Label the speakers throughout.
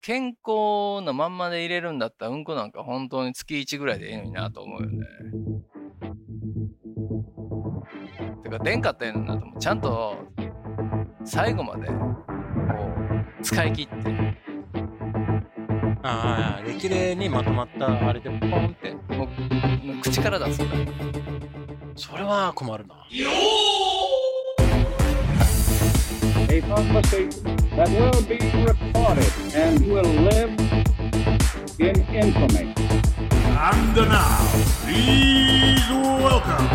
Speaker 1: 健康なまんまで入れるんだったらうんこなんか本当に月1ぐらいでええのになと思うよね。てか出んかったらええのになと思うちゃんと最後までこう使い切って
Speaker 2: ああ、歴齢にまとまったあれでポンって。
Speaker 1: もうもう口から出すんだ
Speaker 2: それは困るな。
Speaker 3: a conversation that will be recorded and will live in infamy.
Speaker 4: And now, please welcome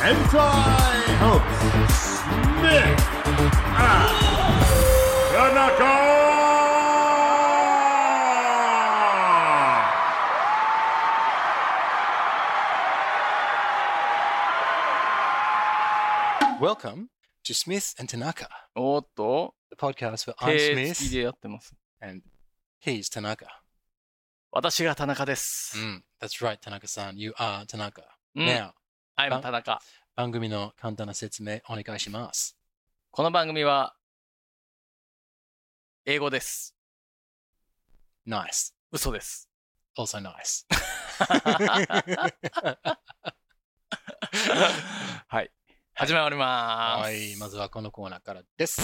Speaker 4: Hentai host Smith and Tanaka.
Speaker 2: Welcome to Smith and Tanaka,
Speaker 1: おーっと
Speaker 2: the podcast where I'm
Speaker 1: 手つきで
Speaker 2: Smith
Speaker 1: やってます
Speaker 2: and he's Tanaka.
Speaker 1: 私が田中です、
Speaker 2: Mm, that's right, Tanaka-san. You are Tanaka.
Speaker 1: うん
Speaker 2: Now,
Speaker 1: I'm 田中
Speaker 2: 番組の簡単な説明お願いします。
Speaker 1: この番組は英語です
Speaker 2: Nice.
Speaker 1: 嘘です
Speaker 2: Also nice.
Speaker 1: はい始まります、
Speaker 2: はい、まずはこのコーナーからです。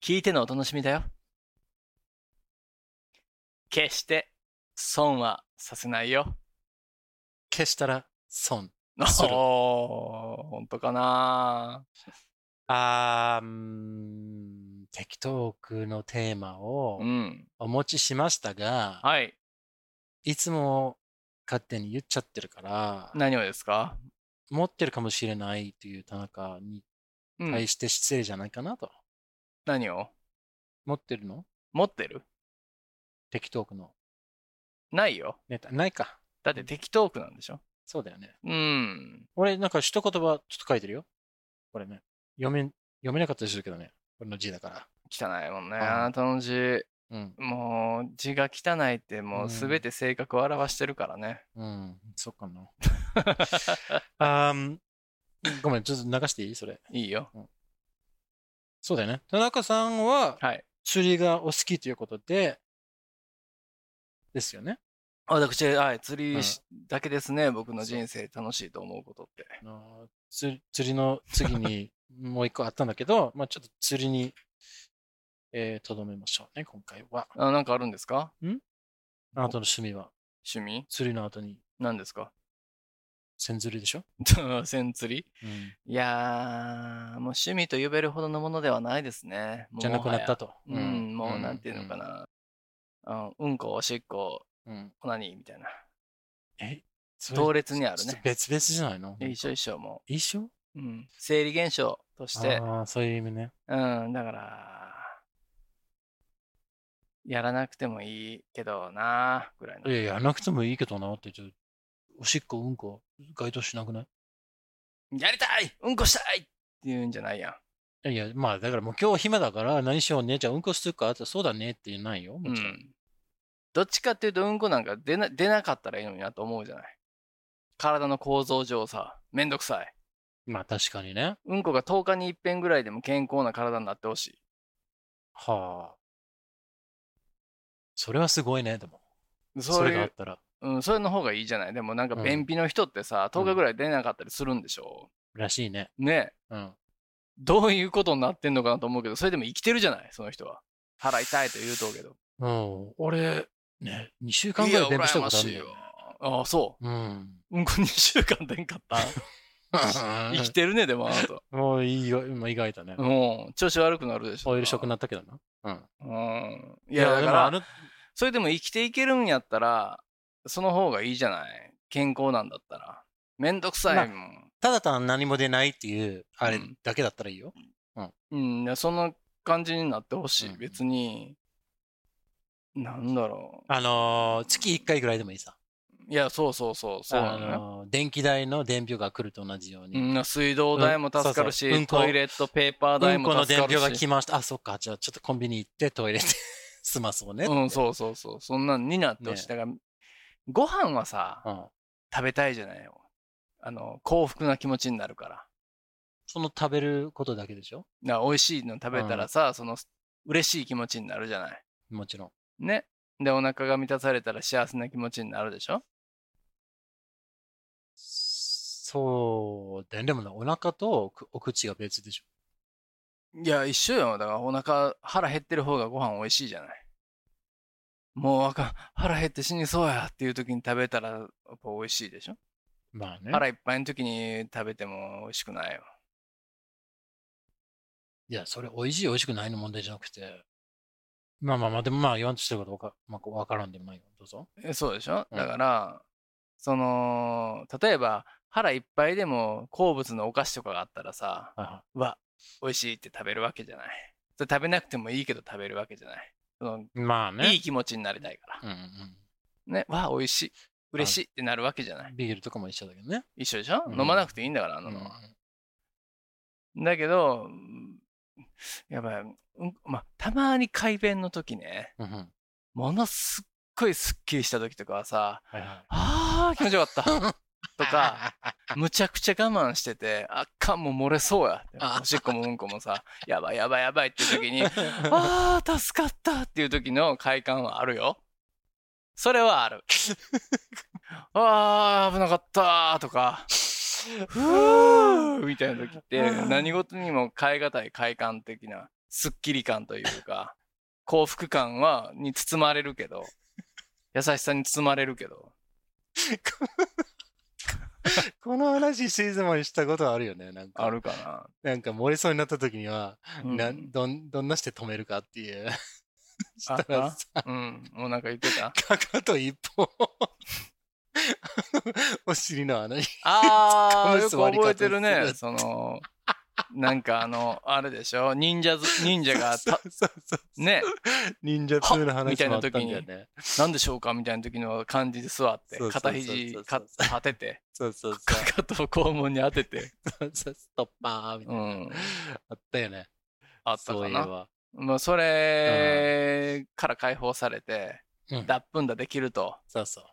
Speaker 1: 聞いてのお楽しみだよ決して損はさせないよ
Speaker 2: 消したら損。する
Speaker 1: おー本当かな
Speaker 2: あーうーん、適当句のテーマを
Speaker 1: うん
Speaker 2: お持ちしましたが、
Speaker 1: はい
Speaker 2: いつも勝手に言っちゃってるから、
Speaker 1: 何をですか、
Speaker 2: 持ってるかもしれないという田中に
Speaker 1: うん
Speaker 2: 対して失礼じゃないかなと。
Speaker 1: 何を
Speaker 2: 持ってるの
Speaker 1: 持ってる
Speaker 2: 適当句の
Speaker 1: ないよ
Speaker 2: ネタ。ないか。
Speaker 1: だって適当区なんでしょ
Speaker 2: そうだよね。
Speaker 1: うん
Speaker 2: 俺、なんか一言はちょっと書いてるよ。これね。読め、読めなかったりするけどね。俺の字だから。
Speaker 1: 汚いもんね
Speaker 2: あー
Speaker 1: あなたの字
Speaker 2: うん。
Speaker 1: もう字が汚いってもう全て性格を表してるからね、
Speaker 2: うん。そっかな。あーんごめん、ちょっと流していいそれ。
Speaker 1: いいよ
Speaker 2: そうだよね。田中さんは
Speaker 1: はい
Speaker 2: 釣りがお好きということで、ですよね。
Speaker 1: 私、はい、釣りしだけですね、僕の
Speaker 2: そう
Speaker 1: 人生楽しいと思うことって。
Speaker 2: あの釣釣りの次 にもう一個あったんだけど、まあ、ちょっと釣りに、えーとどめましょうね、今回は。
Speaker 1: あなんかあるんですか
Speaker 2: あなたの趣味は、
Speaker 1: 趣味
Speaker 2: 釣りの後に、
Speaker 1: 何ですか
Speaker 2: 線釣りでしょ、
Speaker 1: 線釣りいやー、もう趣味と呼べるほどのものではないですね。もう
Speaker 2: じゃなくなった
Speaker 1: も
Speaker 2: と。
Speaker 1: はや。うん、もうなんていうのか。な。あのうんこ、おしっこ、
Speaker 2: うんうん
Speaker 1: 何みたいな。
Speaker 2: えそれ
Speaker 1: 同列にある
Speaker 2: ちょっと
Speaker 1: ね。
Speaker 2: 別々じゃないの
Speaker 1: 一緒一緒も
Speaker 2: 一緒
Speaker 1: う。うん。生理現象として、
Speaker 2: ああ、そういう意味ね。
Speaker 1: うん、だから、やらなくてもいいけどな、ぐらい
Speaker 2: い
Speaker 1: の。
Speaker 2: や、やらなくてもいいけどなって、ちょっとおしっこ、うんこ、該当しなくない
Speaker 1: やりたいうんこしたいって言うんじゃないやん。
Speaker 2: いや、まあ、だからもう今日暇だから何しようね。じゃあ、うんこするかってそうだねって言うないよ。
Speaker 1: う
Speaker 2: もちろん。
Speaker 1: ん、どっちかっていうとうんこなんか出な出なかったらいいのになと思うじゃない体の構造上さめんどくさい
Speaker 2: まあ、確かにね。
Speaker 1: うんこが10日に一遍ぐらいでも健康な体になってほしい
Speaker 2: はあ。それはすごいね、でも。そ
Speaker 1: そう
Speaker 2: れ
Speaker 1: い
Speaker 2: があっ
Speaker 1: う
Speaker 2: たら、
Speaker 1: うん、それの方がいいじゃないでもなんか
Speaker 2: うん
Speaker 1: 便秘の人ってさ、10
Speaker 2: う
Speaker 1: 日
Speaker 2: ん
Speaker 1: ぐらい出なかったりするんでしょ
Speaker 2: らしいね。
Speaker 1: うねえ
Speaker 2: うん。
Speaker 1: どういうことになってんのかなと思うけどそれでも生きてるじゃないその人は腹痛いと言うとうけど
Speaker 2: うん。俺、ね、2週間ぐらい便秘したことあるんだよね
Speaker 1: いやああそ
Speaker 2: うん。
Speaker 1: ううんこ2週間出ん かった生きてるねでもあなた
Speaker 2: もう意外、まあ、意外だね。
Speaker 1: うん調子悪くなるでしょ
Speaker 2: オイル食になったけどな。う
Speaker 1: う
Speaker 2: ん。
Speaker 1: んいやだ
Speaker 2: で
Speaker 1: か
Speaker 2: もあ
Speaker 1: ら
Speaker 2: の、
Speaker 1: それでも生きていけるんやったらその方がいいじゃない健康なんだったらめんどくさいもん、
Speaker 2: ただ単に何も出ないっていう、あれ
Speaker 1: うん
Speaker 2: だけだったらいいよ。
Speaker 1: うんいやそんな感じになってほしい、
Speaker 2: うん
Speaker 1: 別になんだろ
Speaker 2: あのー月1回ぐらいでもいいさ。
Speaker 1: ういやそうそうそうそうな
Speaker 2: あ
Speaker 1: のよ
Speaker 2: のー電気代の電票が来ると同じように。
Speaker 1: うん、水道代も助かるし、
Speaker 2: うんそうそううんこ
Speaker 1: トイレットペーパー
Speaker 2: う
Speaker 1: 代
Speaker 2: んこ
Speaker 1: も
Speaker 2: の
Speaker 1: 助
Speaker 2: 伝
Speaker 1: か
Speaker 2: 票が
Speaker 1: るし、
Speaker 2: 来ました。あ、そっか。じゃあ、ちょっとコンビニ行って、トイレで 済まそうね。
Speaker 1: うんそうそうそうそんなんになってほしい、
Speaker 2: ね
Speaker 1: だからご飯はさ
Speaker 2: うん
Speaker 1: 食べたいじゃないよあの幸福な気持ちになるから
Speaker 2: その食べることだけでしょ
Speaker 1: な美味しいの食べたらさ、その嬉しい気持ちになるじゃない。
Speaker 2: もちろん。
Speaker 1: ね。で、お腹が満たされたら幸せな気持ちになるでしょ
Speaker 2: そうだね。でもね、お腹とお口お口が別でしょ。
Speaker 1: いや、一緒よ。だからお腹、腹減ってる方がご飯美味しいじゃない。もうあかん、腹減って死にそうやっていう時に食べたら、やっぱ美味しいでしょ
Speaker 2: まあね。
Speaker 1: 腹いっぱいの時に食べても美味しくないよ。
Speaker 2: いや、それ美味しい美味しくないの問題じゃなくて。まあまあまあ、でもまあ言わんとしてることわか,、まあ、わからんでもないよ。どうぞ。
Speaker 1: えそうでしょ
Speaker 2: うん
Speaker 1: だから、その、例えば腹いっぱいでも好物のお菓子とかがあったらさ、
Speaker 2: はいは
Speaker 1: うわ、美味しいって食べるわけじゃない。それ食べなくてもいいけど食べるわけじゃない。その
Speaker 2: い。まあね。
Speaker 1: いい気持ちになりたいから。
Speaker 2: うんうん
Speaker 1: ね、わ、美味しい。嬉しいってなるわけじゃな
Speaker 2: う
Speaker 1: い。
Speaker 2: ん。ビールとかも一緒だけどね。
Speaker 1: 一緒でしょ、
Speaker 2: うん
Speaker 1: 飲まなくていいんだから、あ
Speaker 2: うん
Speaker 1: の
Speaker 2: うん
Speaker 1: だけど、うんやばい、うんまあ、たまに快便の時ね、
Speaker 2: うんうん。
Speaker 1: ものすっごいすっきりした時とかはさ、
Speaker 2: はいはい。
Speaker 1: あー気持ちよかった。とか、むちゃくちゃ我慢してて、あかん、もう漏れそうや。
Speaker 2: あ
Speaker 1: おしっこもうんこもさ、やばいやばいやばいっていう時に、あー助かったっていう時の快感はあるよ。それはある。あー危なかったーとか、ふーみたいな時って、何事にも変え難い快感的な、すっきり感というか、幸福感は、に包まれるけど、優しさに包まれるけど、
Speaker 2: この話シーズンまでしたことあるよね。なんか、
Speaker 1: あるか
Speaker 2: なんか漏れそうになった時には、
Speaker 1: な。
Speaker 2: な
Speaker 1: うん
Speaker 2: どんどんなして止めるかっていう。し
Speaker 1: あ
Speaker 2: たらさ、
Speaker 1: うん、もうなんか言って た
Speaker 2: かかと一本。あのお尻の穴に。
Speaker 1: あ
Speaker 2: 突っ込
Speaker 1: ー
Speaker 2: む
Speaker 1: よく
Speaker 2: 座り方
Speaker 1: 覚えてる
Speaker 2: す
Speaker 1: ね
Speaker 2: る
Speaker 1: そのなんかあのあれでしょ忍者ず 忍者が
Speaker 2: そう
Speaker 1: た
Speaker 2: そうそう。
Speaker 1: ね
Speaker 2: 忍者風の
Speaker 1: はっみたい
Speaker 2: 話も
Speaker 1: な
Speaker 2: あったん
Speaker 1: 時
Speaker 2: だ
Speaker 1: に
Speaker 2: よね。
Speaker 1: 何でしょうかみたいな時の感じで座って
Speaker 2: そうそうそうそう
Speaker 1: 肩肘か立てて
Speaker 2: そうそうそ
Speaker 1: かかとを肛門に当てて
Speaker 2: う。そうストッパーみた
Speaker 1: う
Speaker 2: いな。
Speaker 1: ん
Speaker 2: あったよね。
Speaker 1: あった
Speaker 2: そう
Speaker 1: か
Speaker 2: いえ
Speaker 1: な
Speaker 2: ば。
Speaker 1: まあそれから解放されて
Speaker 2: うん
Speaker 1: 脱粉だできると
Speaker 2: そうそう。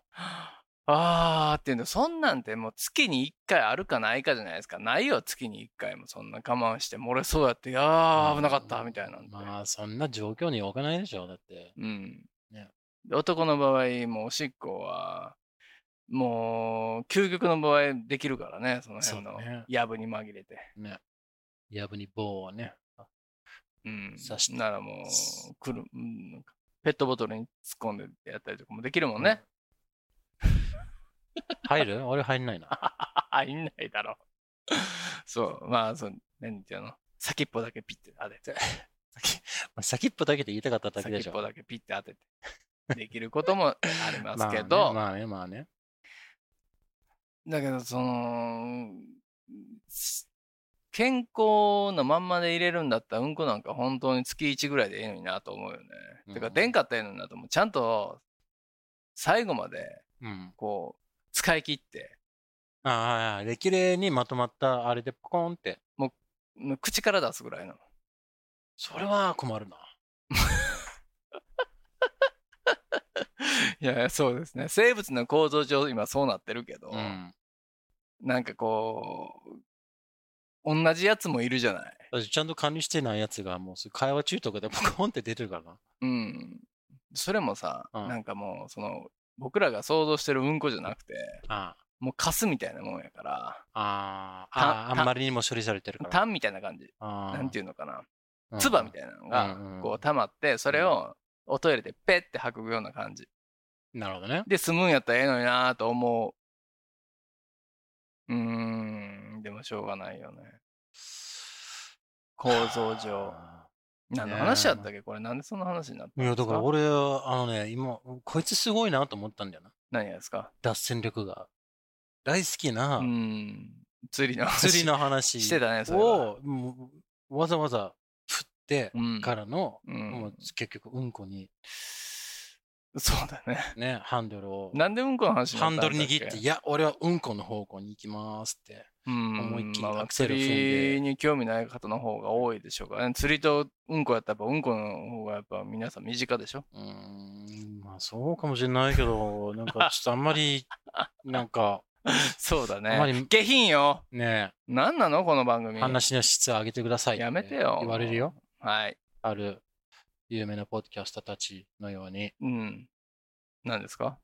Speaker 1: あーっていうのそんなんてもう月に1回あるかないかじゃないですかないよ月に1回もそんな我慢して漏れそうやっていやー危なかったみたいなんて、
Speaker 2: まあ、そんな状況に置かないでしょ。だって。
Speaker 1: うん
Speaker 2: ね
Speaker 1: で男の場合もうおしっこはもう究極の場合できるからねその辺の
Speaker 2: そうだね
Speaker 1: やぶに紛れて
Speaker 2: ね。やぶに棒をね。
Speaker 1: うん
Speaker 2: 刺して
Speaker 1: ならもうくる、うん、ペットボトルに突っ込んでやったりとかもできるもんね、
Speaker 2: 入る俺入んないな。
Speaker 1: 入んないだろうそうまあそう何ていうの先っぽだけピッて当てて
Speaker 2: まあ先っぽだけで言いたかっただけ
Speaker 1: 先
Speaker 2: でし
Speaker 1: っ
Speaker 2: ょ。
Speaker 1: ぽだけピッて当ててできることもありますけ
Speaker 2: まあ
Speaker 1: ど、
Speaker 2: ね、まあね、まあね。
Speaker 1: だけどそのす健康のまんまで入れるんだったらうんこなんか本当に月1ぐらいでええのになと思うよね。
Speaker 2: うん
Speaker 1: てか出んかったらええのになと思うちゃんと最後まで
Speaker 2: うん。
Speaker 1: こう使い切って
Speaker 2: ああはいはい、で、綺麗にまとまった、あれでポコンって。
Speaker 1: もう口から出すぐらいの。
Speaker 2: それは困るな。
Speaker 1: いやいやそうですね生物の構造上今そうなってるけど、
Speaker 2: うん。
Speaker 1: なんかこう同じやつもいるじゃない。
Speaker 2: 私ちゃんと管理してないやつが、もうそれ会話中とかでポコンって出てる からな。
Speaker 1: うん。それもさ、
Speaker 2: うん
Speaker 1: なんかもう、その、僕らが想像してるうんこじゃなくて、
Speaker 2: あ
Speaker 1: もうカスみたいなもんやから、
Speaker 2: あ、ああ、
Speaker 1: た
Speaker 2: あんまりにも処理されてるから。
Speaker 1: タンみたいな感じ、
Speaker 2: あ
Speaker 1: なんて
Speaker 2: い
Speaker 1: いうのかな、
Speaker 2: う
Speaker 1: 唾み
Speaker 2: い
Speaker 1: たいなの
Speaker 2: うんう
Speaker 1: が
Speaker 2: ん、
Speaker 1: こう溜まって、それをおトイレでペッて吐くような感じ。
Speaker 2: な。なるほどね。
Speaker 1: で、済むんやったらええのになぁと思う。うーん、でもしょうがない よね。構造上。
Speaker 2: あ
Speaker 1: 何の話やったっけこれなんでそんな話になった
Speaker 2: ー
Speaker 1: ん
Speaker 2: い
Speaker 1: で
Speaker 2: や、
Speaker 1: すか
Speaker 2: だから俺、あのね、今、こいつすごいなと思ったんだよな。
Speaker 1: 何がですか
Speaker 2: 脱線力が。大好きな
Speaker 1: うん。釣りの話。
Speaker 2: 釣りの話
Speaker 1: してたね、それは。
Speaker 2: を、もうわざわざ振って
Speaker 1: うん
Speaker 2: からの、
Speaker 1: うん
Speaker 2: もう結局うんこに
Speaker 1: そうだね。
Speaker 2: ね、ハンドルを、
Speaker 1: なんでうんこの話にな
Speaker 2: ハ
Speaker 1: った
Speaker 2: ン
Speaker 1: んだ
Speaker 2: ド
Speaker 1: っ
Speaker 2: ル
Speaker 1: け
Speaker 2: 握って、いや、俺はうんこの方向に行きますって。
Speaker 1: 思
Speaker 2: 思いっきりアクセル踏んで
Speaker 1: 釣りに興味ない方の方が多いでしょうからね。釣りとうんこやったら、うんこの方がやっぱ皆さん身近でしょ。
Speaker 2: うーん、まあそうかもしれないけ ど、なんかちょっとあんまり、なんか、
Speaker 1: そうだ
Speaker 2: あんま
Speaker 1: ね。
Speaker 2: り
Speaker 1: 下品よ。
Speaker 2: ね、
Speaker 1: 何なのこの番組。
Speaker 2: 話の質を上げてくださいって
Speaker 1: やめてよ
Speaker 2: 言われるよ。
Speaker 1: はい。
Speaker 2: ある YouTuber 有名なポッドキャスターたちのように、
Speaker 1: うん。何ですか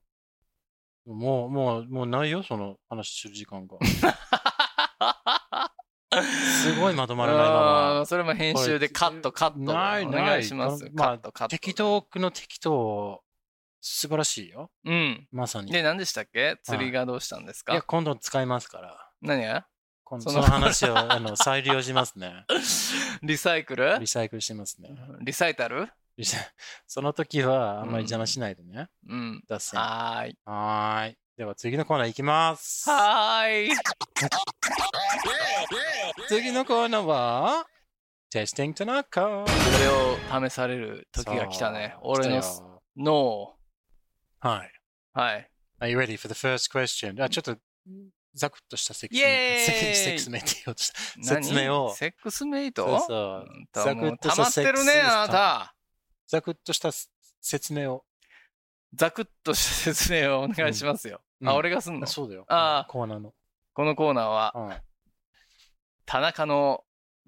Speaker 2: もう、もう、もうないよ、その話する時 間が。すごいまとまらない
Speaker 1: あ
Speaker 2: ま
Speaker 1: ーそれも編集でカット、カット。
Speaker 2: ない
Speaker 1: お
Speaker 2: ない
Speaker 1: 願いします。
Speaker 2: まあ
Speaker 1: カット、カット。
Speaker 2: ま。適。当の適当、素晴らしいよ。
Speaker 1: うん。
Speaker 2: まさに。い
Speaker 1: で、何でしたっけ釣りがどうしたんです
Speaker 2: や、
Speaker 1: か
Speaker 2: 今度使いますから。
Speaker 1: 何が
Speaker 2: 今度
Speaker 1: そ
Speaker 2: そ
Speaker 1: の
Speaker 2: の話をあの再利用しま すね。
Speaker 1: リサイクル
Speaker 2: リサイクルしますね。
Speaker 1: リサイタル
Speaker 2: リサその時はあんまり邪魔しないでね。
Speaker 1: うん。
Speaker 2: 脱線。は
Speaker 1: はーい。
Speaker 2: ーい。では次のコーナー行きます。
Speaker 1: はーい。
Speaker 2: 次のコーナーは、テスティングとナッカー。
Speaker 1: それを試される時が来たね
Speaker 2: さ。あ
Speaker 1: 俺の
Speaker 2: 来たよ
Speaker 1: 脳を。
Speaker 2: はい。
Speaker 1: はい。
Speaker 2: Are you ready for the first question? あ、ちょっと、ざくっとした説明
Speaker 1: イエーイ
Speaker 2: 説明って言おうとした。説明を
Speaker 1: 何セックスメイト
Speaker 2: そうそう。
Speaker 1: うんと
Speaker 2: ざく
Speaker 1: も
Speaker 2: っ
Speaker 1: う
Speaker 2: と
Speaker 1: 溜
Speaker 2: し
Speaker 1: ま
Speaker 2: た
Speaker 1: って
Speaker 2: セック
Speaker 1: る
Speaker 2: ス
Speaker 1: ね、あなた。
Speaker 2: ざくっとした説明を。
Speaker 1: ざくっとした説明をお願いしますよ。
Speaker 2: うん
Speaker 1: あ、俺がすんの
Speaker 2: そうだよ。
Speaker 1: あー
Speaker 2: コーナーの。
Speaker 1: このコーナーは、
Speaker 2: うん
Speaker 1: 田中の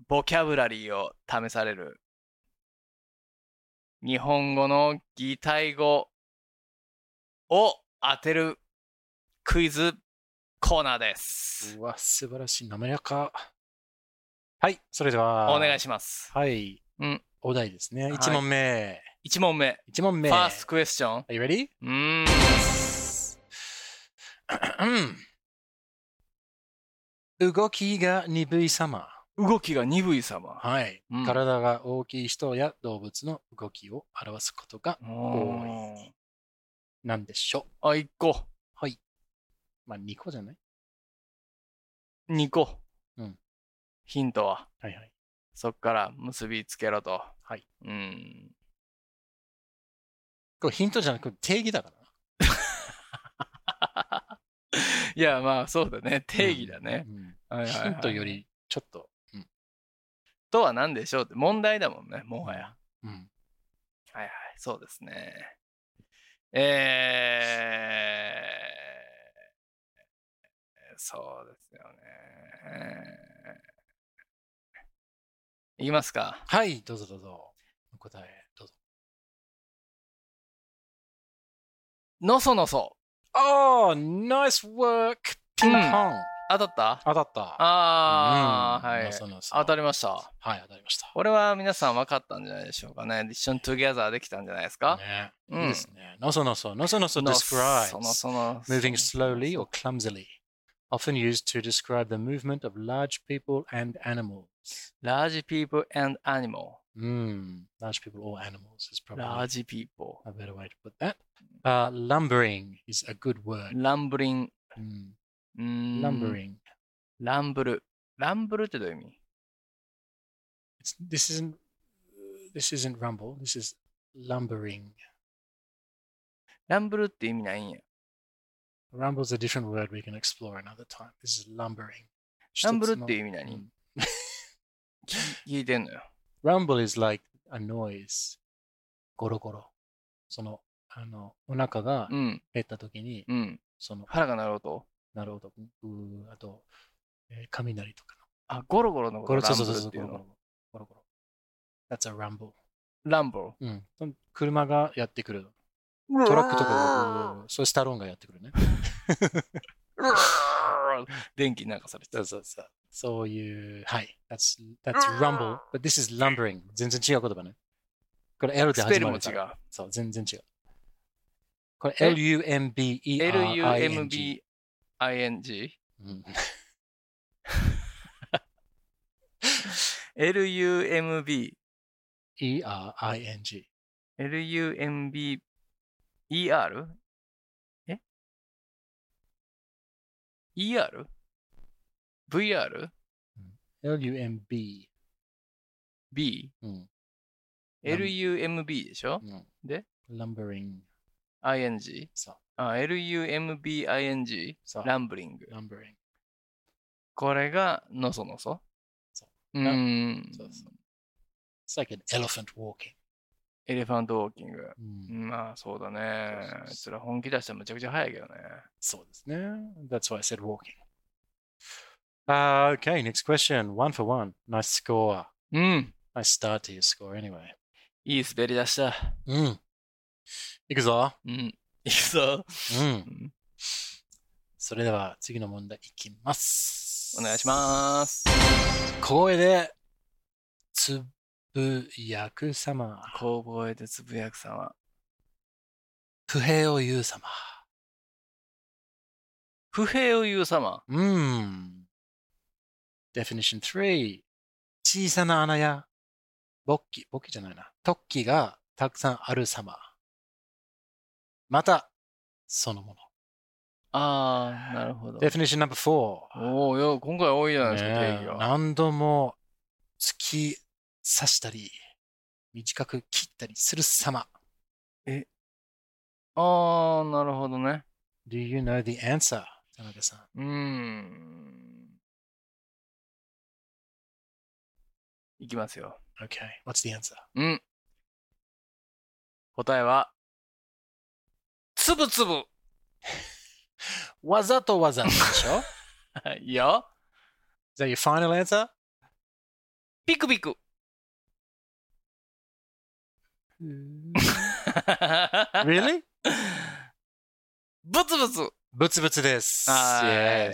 Speaker 1: ボキャブラリーを試される。日本語の擬態語を当てるクイズコーナーです。
Speaker 2: うわ、素晴らしい。滑らか。はい、それでは。
Speaker 1: お願い
Speaker 2: し
Speaker 1: します。
Speaker 2: はい。
Speaker 1: うん
Speaker 2: お題ですね。
Speaker 1: い
Speaker 2: 1問目。
Speaker 1: 1問目、
Speaker 2: 一1問目。
Speaker 1: ファーストクエスチョン。
Speaker 2: Are you ready?
Speaker 1: うーん。
Speaker 2: 動きが鈍い様。
Speaker 1: 動きが鈍い様。
Speaker 2: はい、
Speaker 1: うん
Speaker 2: 体が大きい人や動物の動きを表すことが
Speaker 1: おー
Speaker 2: 何でしょ
Speaker 1: あ、1個、
Speaker 2: うまあ、2個じゃない
Speaker 1: 2個。
Speaker 2: うん
Speaker 1: ヒントは、
Speaker 2: はいはい。
Speaker 1: そっから結びつけろと。
Speaker 2: はい。
Speaker 1: うん。
Speaker 2: これヒントじゃなくて定義だからな。
Speaker 1: いや、まあ、そうだね。定義だね。
Speaker 2: うん。うん
Speaker 1: はいはいは
Speaker 2: ヒ
Speaker 1: い
Speaker 2: ントよ。りちょっと。
Speaker 1: とは何でしょうって問題だもんね、もはや。
Speaker 2: うん。
Speaker 1: はいはい、そうですね。えー、そうですよね。いきますか。
Speaker 2: はい、どうぞどうぞ。お答え、どうぞ。
Speaker 1: のそのそ。
Speaker 2: ああ、ナイスワークピンポン、
Speaker 1: 当たった
Speaker 2: 当たった。
Speaker 1: ああ、はい。
Speaker 2: そうそうそう
Speaker 1: 当たりました。
Speaker 2: はい、当たりました。
Speaker 1: これは皆さん分かったんじゃないでしょうかね。一緒にトゥギャザーできたんじゃないですか。
Speaker 2: ね、
Speaker 1: うん
Speaker 2: いいですね。No, so, no, so, no, so, no, so
Speaker 1: のそ
Speaker 2: describes
Speaker 1: のその
Speaker 2: moving slowly or clumsily, often used to describe the movement of large people and animals.
Speaker 1: large people and animal.
Speaker 2: Mm, large people or animals is probably
Speaker 1: large people.
Speaker 2: a better way to put that. Uh, lumbering is a good word.
Speaker 1: lumbering.
Speaker 2: Mm,
Speaker 1: うーん
Speaker 2: lumbering.
Speaker 1: ランブル。ランブルってどういう意味
Speaker 2: It's, this isn't this isn't rumble. This is lumbering.
Speaker 1: ランブルって意味ないんや。
Speaker 2: Rumble's a different word we can explore another time. This is lumbering.
Speaker 1: ランブルっていう意味何
Speaker 2: Mm.
Speaker 1: 聞いてんのよ。
Speaker 2: Rumble is like a noise. ゴロゴロ。その、あの、お腹が
Speaker 1: うん、
Speaker 2: 減った時に、
Speaker 1: うん。
Speaker 2: その、
Speaker 1: 腹が鳴る音。
Speaker 2: なるほど、うー、あと、えー雷とか
Speaker 1: あ、ゴロゴロの
Speaker 2: の。
Speaker 1: こと
Speaker 2: ゴロ、
Speaker 1: ラ
Speaker 2: そ
Speaker 1: ン
Speaker 2: う
Speaker 1: ブ
Speaker 2: そうそ
Speaker 1: ルっ
Speaker 2: うそう、
Speaker 1: て
Speaker 2: ゴ
Speaker 1: い
Speaker 2: ロ
Speaker 1: う
Speaker 2: ゴ
Speaker 1: の。
Speaker 2: ロ。ゴロゴロ。That's a rumble.
Speaker 1: ランブル。
Speaker 2: うん。車がやってくる。トラックとかが、うーそういうスタローンがやってくるね。
Speaker 1: うわー電気流されて
Speaker 2: そうそうそう。そういう、はい。That's, that's rumble, but this
Speaker 1: Ah.
Speaker 2: is lumbering. 全然違う言葉ね。これ L で
Speaker 1: スペ
Speaker 2: 始
Speaker 1: ル
Speaker 2: ま
Speaker 1: も
Speaker 2: る
Speaker 1: 違
Speaker 2: から。
Speaker 1: う。
Speaker 2: そう、全然違う。これ
Speaker 1: え
Speaker 2: E L-U-M-B-E-R-I-N-G。
Speaker 1: L-U-M-B-I-N-G。
Speaker 2: うん、
Speaker 1: L-U-M-B。E
Speaker 2: E-R-I-N-G。
Speaker 1: L-U-M-B。E-R? え ?E-R? VR?
Speaker 2: L-U-M-B。
Speaker 1: B?
Speaker 2: うん。
Speaker 1: L-U-M-B でしょ
Speaker 2: うん、
Speaker 1: で
Speaker 2: ?lumbering。
Speaker 1: ?I-N-G?
Speaker 2: そう。
Speaker 1: あ、L-U-M-B-I-N-G?
Speaker 2: そう。
Speaker 1: ランブリング。
Speaker 2: lumbering。
Speaker 1: これが、のそのそ。
Speaker 2: そう
Speaker 1: うーん。
Speaker 2: そうそう。It's like an elephant walking.
Speaker 1: エレファントウォーキング。
Speaker 2: うん、
Speaker 1: まあ、そうだね
Speaker 2: そうそう。そう
Speaker 1: そしたら本気出したらむちゃくちゃ早いけどね。
Speaker 2: そうですね。That's why I said walking. Uh, okay, next question. One for one. Nice score.
Speaker 1: うん。
Speaker 2: Nice start to your score anyway.
Speaker 1: いい滑り出した。
Speaker 2: うん。いくぞ。
Speaker 1: うん。いくぞ。
Speaker 2: うん
Speaker 1: う。ん
Speaker 2: それでは次の問題いきます。
Speaker 1: お願いします。
Speaker 2: す。小声でつぶやく様。
Speaker 1: 小声でつぶやく様。
Speaker 2: 不平を言う様。
Speaker 1: 不平を言う様。
Speaker 2: うん。Definition 3. 小さな穴や勃起、勃起じゃないな。突起がたくさんある様。また、そのも
Speaker 1: ああ、なるほど
Speaker 2: の。。Definition number 4.
Speaker 1: おお、いや今回多いじゃないですか、
Speaker 2: ね
Speaker 1: 定
Speaker 2: え
Speaker 1: 義が。
Speaker 2: 何度も突き刺したり、短く切ったりする様。
Speaker 1: ああ、なるほどね。
Speaker 2: Do you know the answer? 田中さん。
Speaker 1: うーん。いきますよ。
Speaker 2: Okay. What's the answer?
Speaker 1: うん。答えは、つぶつぶ。
Speaker 2: わざとわざとでし ょ
Speaker 1: いいよ。
Speaker 2: Is that your final answer?
Speaker 1: ピクピク。
Speaker 2: really?
Speaker 1: ぶつぶつ。
Speaker 2: ブツブツです。
Speaker 1: は
Speaker 2: Yes.
Speaker 1: ーい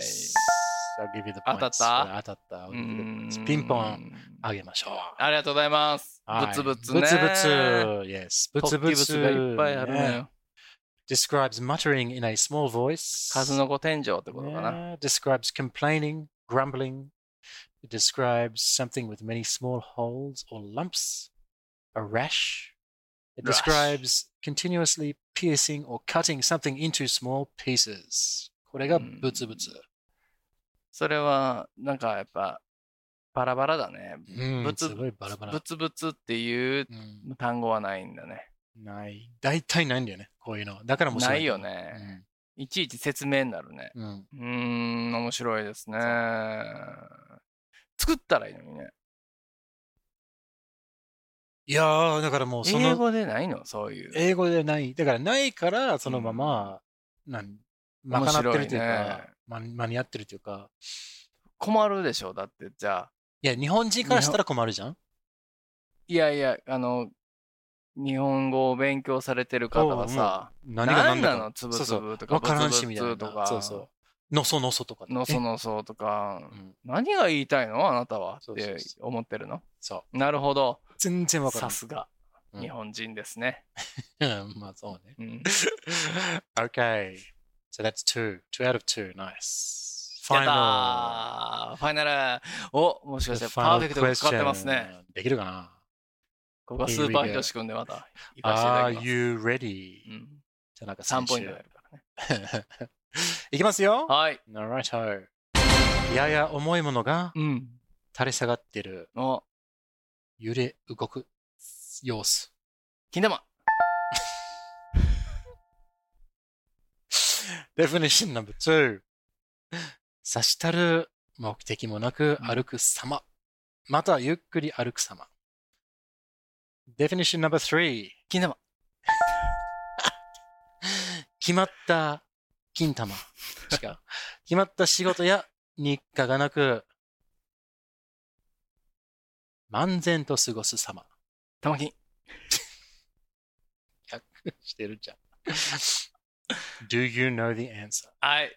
Speaker 2: I'll give you the
Speaker 1: 当
Speaker 2: points.
Speaker 1: たった
Speaker 2: これ当たった。I'll give you the
Speaker 1: う
Speaker 2: points.
Speaker 1: ーん
Speaker 2: ピンポン。あげましょう。
Speaker 1: ありがとうございます。
Speaker 2: はい
Speaker 1: ぶつぶつね。
Speaker 2: ブツブツ。Yes. ブツブ
Speaker 1: 突起
Speaker 2: ツ。
Speaker 1: 物がいっぱいあるの
Speaker 2: ね
Speaker 1: よ。
Speaker 2: Describes muttering in a small voice.
Speaker 1: 数の子天井ってことかな。
Speaker 2: Yeah, describes complaining, grumbling. It describes something with many small holes or lumps, a rash. It
Speaker 1: Rash.
Speaker 2: describes continuously piercing or cutting something into small pieces. これがブツブツ。
Speaker 1: それは、なんかやっぱ、バラバラだね。
Speaker 2: うん、
Speaker 1: ブツ
Speaker 2: すごいバラバラ
Speaker 1: ぶ。つぶつっていう
Speaker 2: うん、
Speaker 1: 単語はないんだね。
Speaker 2: ない。大体ないんだよね、こういうの。だからもう
Speaker 1: ないよ。
Speaker 2: Hmm.
Speaker 1: ね。いちいち説明になるね。
Speaker 2: うん。うん
Speaker 1: うーん、面白いですね。作ったらいいのにね。
Speaker 2: いやー、だからもうその
Speaker 1: 英語でないのそういう。
Speaker 2: 英語でない。だからないから、そのまま、なん、まかなってるとい
Speaker 1: 面白い
Speaker 2: うか
Speaker 1: ね、
Speaker 2: ま、間に合ってるというか。
Speaker 1: 困るでしょだって、じゃあ。
Speaker 2: いや、日本人からしたら困るじゃん
Speaker 1: いやいや、あの、日本語を勉強されてる方はさ、
Speaker 2: 何が
Speaker 1: 何
Speaker 2: 何だ
Speaker 1: な
Speaker 2: か
Speaker 1: のつぶ
Speaker 2: そう
Speaker 1: つ
Speaker 2: そう
Speaker 1: ぶとか、
Speaker 2: わから
Speaker 1: ぶ
Speaker 2: ん
Speaker 1: つ
Speaker 2: し
Speaker 1: ぶ
Speaker 2: みたい
Speaker 1: つとか
Speaker 2: な。、そうそう。のそのそとかね。
Speaker 1: のそ
Speaker 2: え
Speaker 1: のそうとか
Speaker 2: う、ん
Speaker 1: 何が言いたいのあなたは
Speaker 2: そ
Speaker 1: っ
Speaker 2: うそうそう
Speaker 1: て思ってるの
Speaker 2: そ
Speaker 1: なるほど。
Speaker 2: う。全然わから
Speaker 1: さ
Speaker 2: ん
Speaker 1: すが、
Speaker 2: うん
Speaker 1: 日本人ですね。。
Speaker 2: うんまあそうね。
Speaker 1: うん
Speaker 2: okay. So that's two. Two out of two. Nice.
Speaker 1: やったーファイナルおもしかして
Speaker 2: The
Speaker 1: パー
Speaker 2: final
Speaker 1: フェクトがかかってますね。
Speaker 2: question. できるかな
Speaker 1: ここはスーパーヒロシ君でまた行かせていただ
Speaker 2: ?Are
Speaker 1: きます。
Speaker 2: you ready?
Speaker 1: うん、
Speaker 2: じゃあなんか
Speaker 1: 3ポイント入るからね。
Speaker 2: いきますよ。
Speaker 1: はい。
Speaker 2: Alright, やや重いものが
Speaker 1: うん。
Speaker 2: 垂れ下がってる、
Speaker 1: お、
Speaker 2: 揺れ動く様子。
Speaker 1: 金玉
Speaker 2: Definition number two. 差し足る目的もなく歩く様。またゆっくり歩く様。Definition number three.
Speaker 1: 金玉
Speaker 2: 決まった金玉。違う。決まった仕事や日課がなく、漫然と過ごす様。
Speaker 1: 玉金
Speaker 2: してるじゃん。Do you know the answer?
Speaker 1: はい。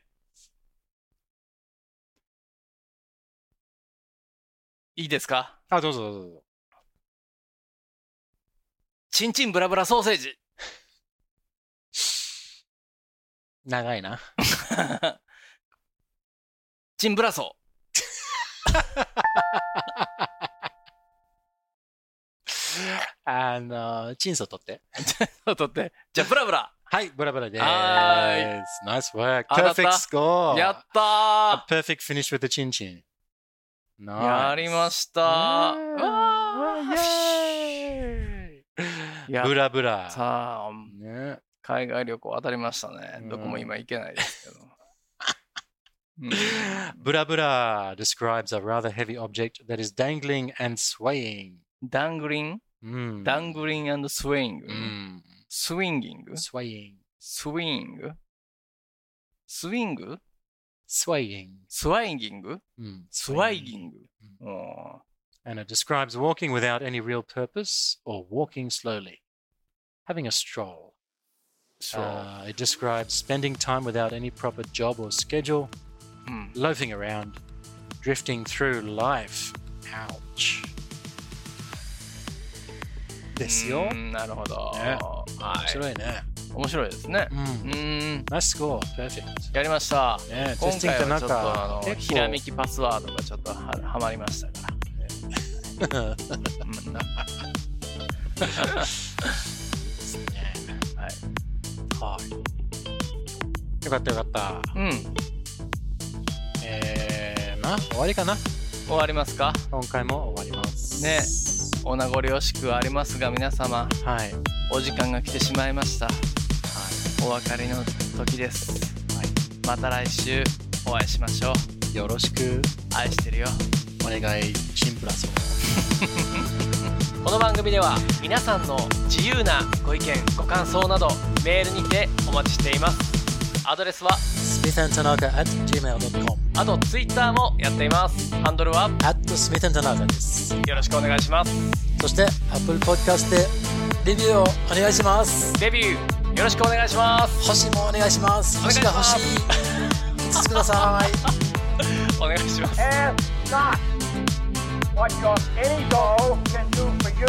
Speaker 1: いいですか
Speaker 2: あ、どうぞどうぞ。
Speaker 1: チンチンブラブラソーセージ
Speaker 2: 長いな。
Speaker 1: チンブラソ
Speaker 2: あの、チンソ取って。
Speaker 1: ー。取って。じゃあ、ブラブラ
Speaker 2: はい、ブラブラです。
Speaker 1: は
Speaker 2: Nice work.
Speaker 1: 当たった
Speaker 2: Perfect score.
Speaker 1: やった
Speaker 2: A
Speaker 1: ー
Speaker 2: perfect finish with the chin chin.
Speaker 1: や
Speaker 2: Nice.
Speaker 1: りました。
Speaker 2: ねえ
Speaker 1: わーいや
Speaker 2: ブラブラ。
Speaker 1: さあ、
Speaker 2: ね。
Speaker 1: 海外旅行当たりましたね
Speaker 2: う。ん
Speaker 1: どこも今行けないですけど。うん
Speaker 2: Bura bura describes a rather heavy object that is dangling and swaying.
Speaker 1: ダングリン、
Speaker 2: Mm.
Speaker 1: ダングリンスウィング、
Speaker 2: Mm.
Speaker 1: スウィンギング、
Speaker 2: Swaying.
Speaker 1: スウィング、スウィング、
Speaker 2: Swaying.
Speaker 1: スワイギング、
Speaker 2: Mm.
Speaker 1: スワイギング。うん
Speaker 2: and it describes walking without any real purpose or walking slowly, having a stroll.
Speaker 1: So,
Speaker 2: Uh, it describes spending time without any proper job or schedule,
Speaker 1: Hmm.
Speaker 2: loafing around, drifting through life. Ouch. ですよ。
Speaker 1: うんなるほど。
Speaker 2: ね
Speaker 1: は
Speaker 2: 面白いね。
Speaker 1: い。面白いですね
Speaker 2: う。。
Speaker 1: うんーん。
Speaker 2: ナイススコア。perfect。
Speaker 1: やりました。
Speaker 2: ね、
Speaker 1: 今回はちょっとあの
Speaker 2: 結
Speaker 1: ひ
Speaker 2: 構
Speaker 1: らめきパスワードがちょっとははまりましたから。うん
Speaker 2: はい。はい。よかったよかった。
Speaker 1: うん。
Speaker 2: えー、まあ、終わりかな。
Speaker 1: 終わりますか
Speaker 2: 今回も終わります。
Speaker 1: ね。お名残惜しくはありますが、皆様、
Speaker 2: はい。はい。
Speaker 1: お時間が来てしまいました。お別れの時です。また来週お会いしましょう。
Speaker 2: よろしく
Speaker 1: 愛してるよ。
Speaker 2: お願い、シンプラスを。
Speaker 1: この番組では皆さんの自由なご意見ご感想などメールにてお待ちしていますアドレスは
Speaker 2: smithandtanaka at gmail.com
Speaker 1: あと Twitter もやっていますハンドルは
Speaker 2: at smithandtanaka です。
Speaker 1: よろしくお願いします
Speaker 2: そして、Apple Podcast でレビューをお願いします。
Speaker 1: デビューよろしくお願いします
Speaker 2: 星もお願いします。
Speaker 1: お願い
Speaker 2: 星
Speaker 1: し
Speaker 2: が
Speaker 1: ま
Speaker 2: 欲
Speaker 1: す
Speaker 2: しい。5つください。
Speaker 1: お願いします
Speaker 5: Ask not what your any doll can do for you.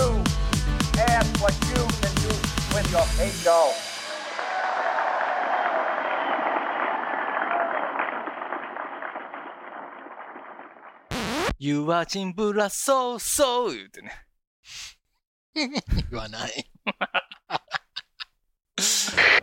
Speaker 5: Ask what you can do with your pay doll.
Speaker 1: You are チンブラ so so ってね
Speaker 2: 言わない。